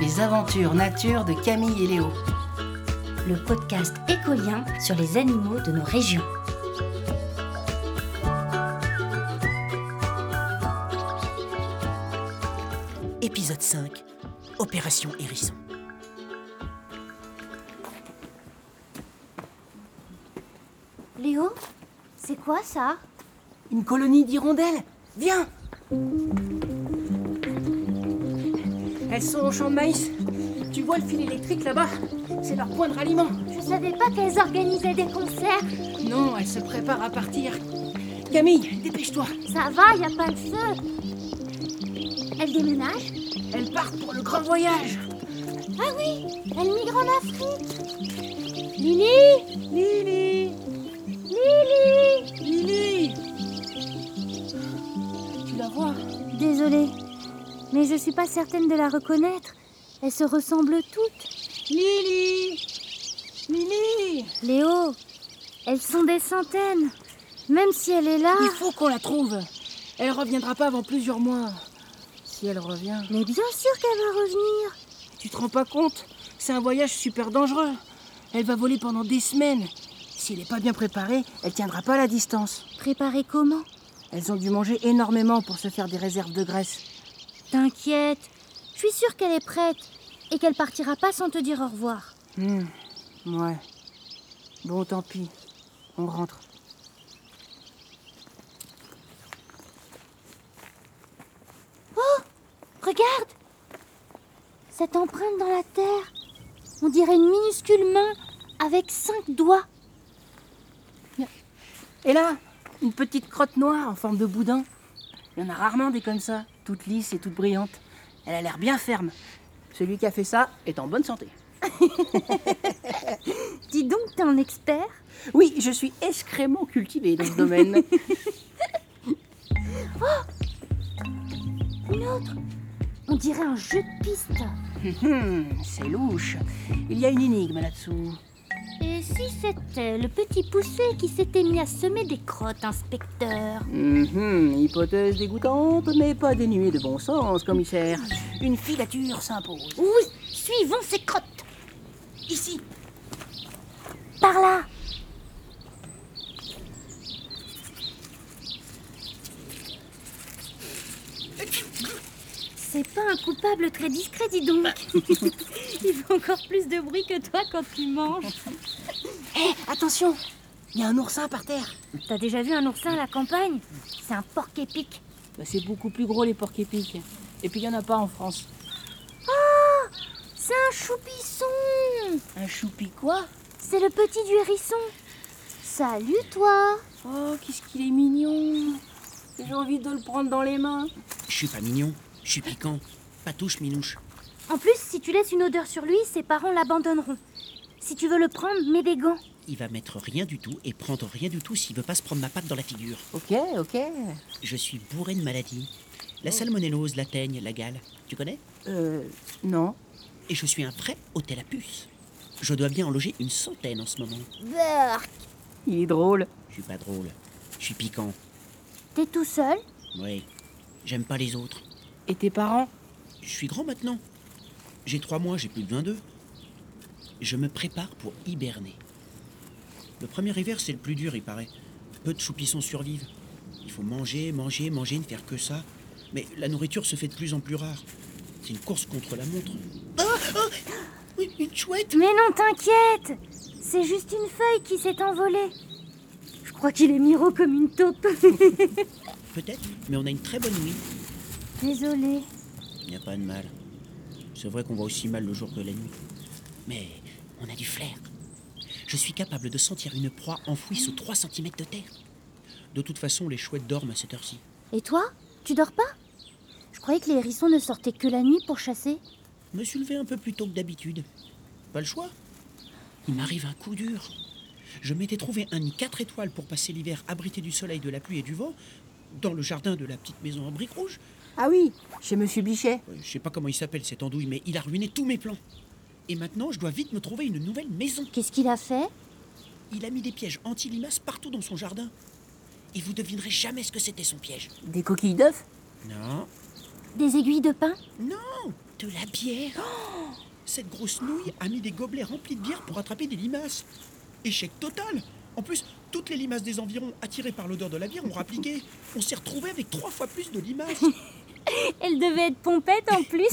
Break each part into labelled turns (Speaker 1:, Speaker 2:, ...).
Speaker 1: les aventures nature de Camille et Léo.
Speaker 2: le podcast écolien sur les animaux de nos régions.
Speaker 3: Épisode 5 Opération Hérisson.
Speaker 4: Léo, c'est quoi ça
Speaker 3: Une colonie d'hirondelles Viens Elles sont au champ de maïs. Tu vois le fil électrique là-bas C'est leur point de ralliement.
Speaker 4: Je savais pas qu'elles organisaient des concerts.
Speaker 3: Non, elles se préparent à partir. Camille, dépêche-toi.
Speaker 4: Ça va, y a pas de feu. Elles déménagent
Speaker 3: Elles partent pour le grand voyage.
Speaker 4: Ah oui, elles migrent en Afrique. Lily
Speaker 3: Lily
Speaker 4: Lily
Speaker 3: Lily Tu la vois
Speaker 4: Désolée, mais je suis pas certaine de la reconnaître. Elles se ressemblent toutes.
Speaker 3: Lily Lily
Speaker 4: Léo, elles sont des centaines. Même si elle est là.
Speaker 3: Il faut qu'on la trouve. Elle reviendra pas avant plusieurs mois. Si elle revient.
Speaker 4: Mais bien sûr qu'elle va revenir.
Speaker 3: Tu te rends pas compte C'est un voyage super dangereux. Elle va voler pendant des semaines. Si elle n'est pas bien préparée, elle tiendra pas la distance.
Speaker 4: Préparée comment
Speaker 3: Elles ont dû manger énormément pour se faire des réserves de graisse.
Speaker 4: T'inquiète, je suis sûre qu'elle est prête et qu'elle partira pas sans te dire au revoir.
Speaker 3: Hmm, Ouais. Bon, tant pis. On rentre.
Speaker 4: Regarde Cette empreinte dans la terre, on dirait une minuscule main avec cinq doigts.
Speaker 3: Et là, une petite crotte noire en forme de boudin. Il y en a rarement des comme ça, toutes lisses et toutes brillantes. Elle a l'air bien ferme. Celui qui a fait ça est en bonne santé.
Speaker 4: Dis donc, t'es un expert
Speaker 3: Oui, je suis excrément cultivée dans ce domaine.
Speaker 4: Une autre On dirait un jeu de piste.
Speaker 3: Hmm, C'est louche. Il y a une énigme là-dessous.
Speaker 2: Et si c'était le petit poussé qui s'était mis à semer des crottes, inspecteur
Speaker 3: Mhm, hypothèse dégoûtante, mais pas dénuée de bon sens, commissaire. Une filature s'impose.
Speaker 2: Oui, suivons ces crottes
Speaker 3: Ici
Speaker 4: Par là
Speaker 2: C'est pas un coupable très discret, dis donc Il fait encore plus de bruit que toi quand tu manges
Speaker 3: Attention Il y a un oursin par terre.
Speaker 2: T'as déjà vu un oursin à la campagne C'est un porc épic
Speaker 3: Bah, C'est beaucoup plus gros les porcs épics. Et puis il n'y en a pas en France.
Speaker 4: C'est un choupisson
Speaker 3: Un choupi quoi
Speaker 4: C'est le petit du hérisson. Salut toi
Speaker 3: Oh, qu'est-ce qu'il est mignon J'ai envie de le prendre dans les mains.
Speaker 5: Je suis pas mignon, je suis piquant. Patouche, minouche.
Speaker 4: En plus, si tu laisses une odeur sur lui, ses parents l'abandonneront. Si tu veux le prendre, mets des gants.
Speaker 5: Il va mettre rien du tout et prendre rien du tout s'il veut pas se prendre ma patte dans la figure.
Speaker 3: Ok, ok.
Speaker 5: Je suis bourré de maladies. La salmonellose, la teigne, la gale, tu connais
Speaker 3: Euh, non.
Speaker 5: Et je suis un vrai hôtel à puce. Je dois bien en loger une centaine en ce moment.
Speaker 3: Il est drôle.
Speaker 5: Je suis pas drôle, je suis piquant.
Speaker 4: T'es tout seul
Speaker 5: Oui, j'aime pas les autres.
Speaker 3: Et tes parents
Speaker 5: Je suis grand maintenant. J'ai trois mois, j'ai plus de 22. Je me prépare pour hiberner. Le premier hiver, c'est le plus dur, il paraît. Peu de choupissons survivent. Il faut manger, manger, manger, ne faire que ça. Mais la nourriture se fait de plus en plus rare. C'est une course contre la montre. Ah, ah, Une- Une chouette
Speaker 4: Mais non, t'inquiète C'est juste une feuille qui s'est envolée. Je crois qu'il est miro comme une taupe.
Speaker 5: Peut-être, mais on a une très bonne nuit.
Speaker 4: Désolée.
Speaker 5: Il n'y a pas de mal. C'est vrai qu'on voit aussi mal le jour que la nuit. Mais on a du flair. Je suis capable de sentir une proie enfouie sous 3 cm de terre. De toute façon, les chouettes dorment à cette heure-ci.
Speaker 4: Et toi Tu dors pas Je croyais que les hérissons ne sortaient que la nuit pour chasser.
Speaker 5: Je me suis levé un peu plus tôt que d'habitude. Pas le choix. Il m'arrive un coup dur. Je m'étais trouvé un nid 4 étoiles pour passer l'hiver abrité du soleil, de la pluie et du vent dans le jardin de la petite maison en briques rouges.
Speaker 3: Ah oui, chez Monsieur Bichet.
Speaker 5: Euh, Je sais pas comment il s'appelle cet andouille, mais il a ruiné tous mes plans. Et maintenant, je dois vite me trouver une nouvelle maison.
Speaker 4: Qu'est-ce qu'il a fait
Speaker 5: Il a mis des pièges anti-limaces partout dans son jardin. Et vous devinerez jamais ce que c'était son piège.
Speaker 3: Des coquilles d'œufs
Speaker 5: Non,
Speaker 4: Des aiguilles de pain
Speaker 5: non, De la bière Cette grosse nouille a mis des gobelets remplis de bière pour attraper des limaces. Échec total En plus, toutes les limaces des environs, attirées par l'odeur de la bière, ont rappliqué. On s'est retrouvés avec trois fois plus de limaces.
Speaker 2: Elle devait être pompette en plus.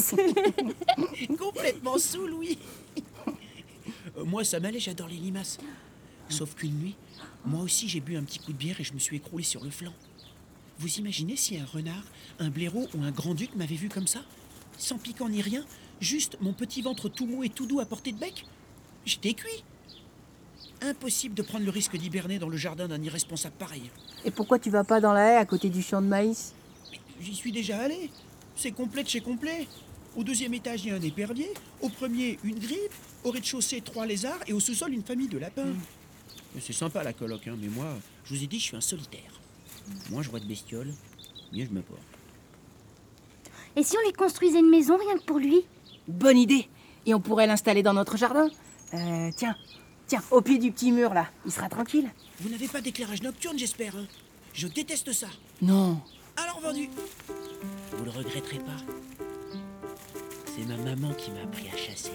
Speaker 5: Complètement sous oui Euh, Moi, ça m'allait, j'adore les limaces. Sauf qu'une nuit, moi aussi, j'ai bu un petit coup de bière et je me suis écroulé sur le flanc. Vous imaginez si un renard, un blaireau ou un grand-duc m'avait vu comme ça Sans piquant ni rien, juste mon petit ventre tout mou et tout doux à portée de bec J'étais cuit Impossible de prendre le risque d'hiberner dans le jardin d'un irresponsable pareil.
Speaker 3: Et pourquoi tu vas pas dans la haie à côté du champ de maïs
Speaker 5: J'y suis déjà allé. C'est complet de chez complet. Au deuxième étage, il y a un épervier. Au premier, une grippe. Au rez-de-chaussée, trois lézards. Et au sous-sol, une famille de lapins. Mais C'est sympa la coloc, hein, mais moi, je vous ai dit, je suis un solitaire. Moins je vois de bestioles, mieux je me porte.
Speaker 4: Et si on les construisait une maison rien que pour lui
Speaker 3: Bonne idée Et on pourrait l'installer dans notre jardin. Euh, tiens, tiens, au pied du petit mur là, il sera tranquille.
Speaker 5: Vous n'avez pas d'éclairage nocturne, j'espère. hein je déteste ça.
Speaker 3: Non.
Speaker 5: Alors vendu. Vous le regretterez pas. C'est ma maman qui m'a appris à chasser.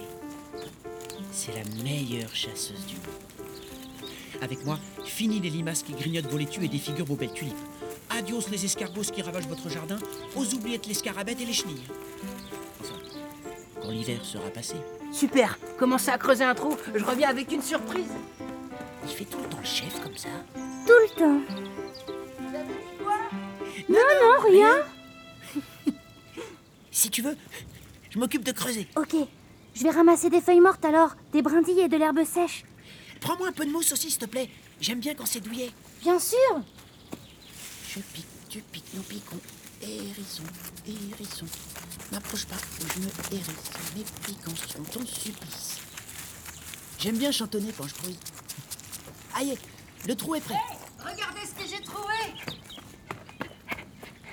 Speaker 5: C'est la meilleure chasseuse du monde. Avec moi, fini les limaces qui grignotent vos laitues et défigurent vos belles tulipes. Adios les escargots qui ravagent votre jardin, aux oubliettes les scarabées et les chenilles. Enfin, quand l'hiver sera passé,
Speaker 3: Super, commencez à creuser un trou, je reviens avec une surprise.
Speaker 5: il fait tout le temps le chef comme ça.
Speaker 4: Tout le temps. Non, non, rien.
Speaker 5: Si tu veux, je m'occupe de creuser.
Speaker 4: Ok, je vais ramasser des feuilles mortes alors, des brindilles et de l'herbe sèche.
Speaker 5: Prends-moi un peu de mousse aussi, s'il te plaît. J'aime bien quand c'est douillet.
Speaker 4: Bien sûr
Speaker 5: Je pique, tu piques, nous piquons. Hérisson, hérisson. M'approche pas, je me hérisse. Mes piquants sont ton supplice. J'aime bien chantonner quand je bruit. Aïe, le trou est prêt.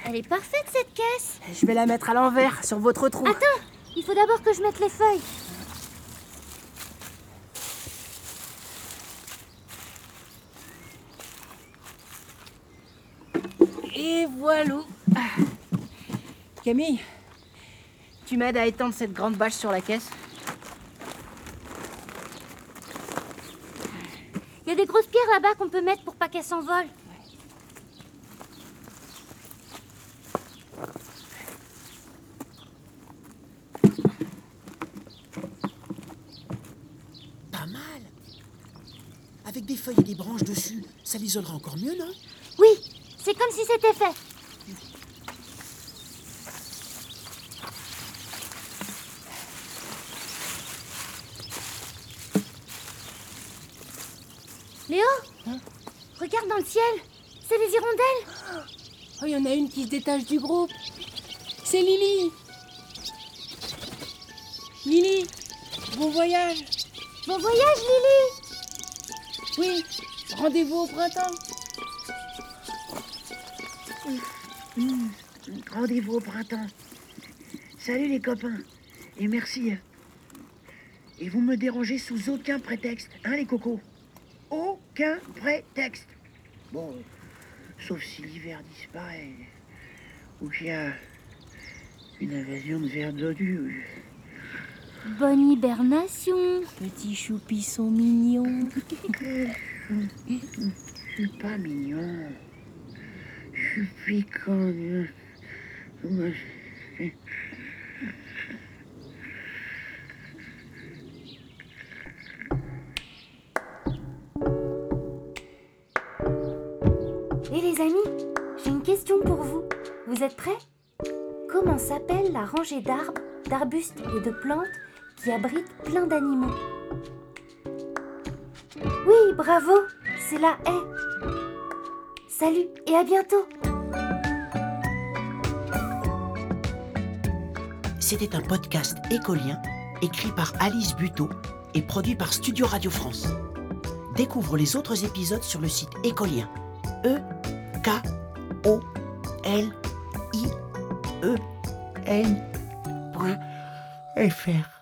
Speaker 4: Elle est parfaite cette caisse
Speaker 3: Je vais la mettre à l'envers sur votre trou.
Speaker 4: Attends, il faut d'abord que je mette les feuilles.
Speaker 3: Et voilà. Ah. Camille, tu m'aides à étendre cette grande bâche sur la caisse
Speaker 4: Il y a des grosses pierres là-bas qu'on peut mettre pour pas qu'elles s'envolent.
Speaker 5: Pas mal. Avec des feuilles et des branches dessus, ça l'isolera encore mieux, non
Speaker 4: Oui, c'est comme si c'était fait. Léo Regarde dans le ciel C'est les hirondelles
Speaker 3: Oh, il y en a une qui se détache du groupe. C'est Lily. Lily, bon voyage.
Speaker 4: Bon voyage, Lily
Speaker 3: Oui, rendez-vous au printemps.
Speaker 6: Rendez-vous au printemps. Salut les copains. Et merci. Et vous me dérangez sous aucun prétexte, hein les cocos Aucun prétexte. Bon, sauf si l'hiver disparaît. Ou qu'il y a une invasion de vers dodus. ou je-
Speaker 4: Bonne hibernation
Speaker 3: Petits choupis sont mignons.
Speaker 6: Je suis pas mignon. Je suis piquant. je- je- je-
Speaker 4: Et les amis, j'ai une question pour vous. Vous êtes prêts Comment s'appelle la rangée d'arbres, d'arbustes et de plantes qui abrite plein d'animaux Oui, bravo, c'est la haie. Salut et à bientôt
Speaker 1: C'était un podcast écolien écrit par Alice Buteau et produit par Studio Radio France. Découvre les autres épisodes sur le site écolien. E K O L I E N. point F R.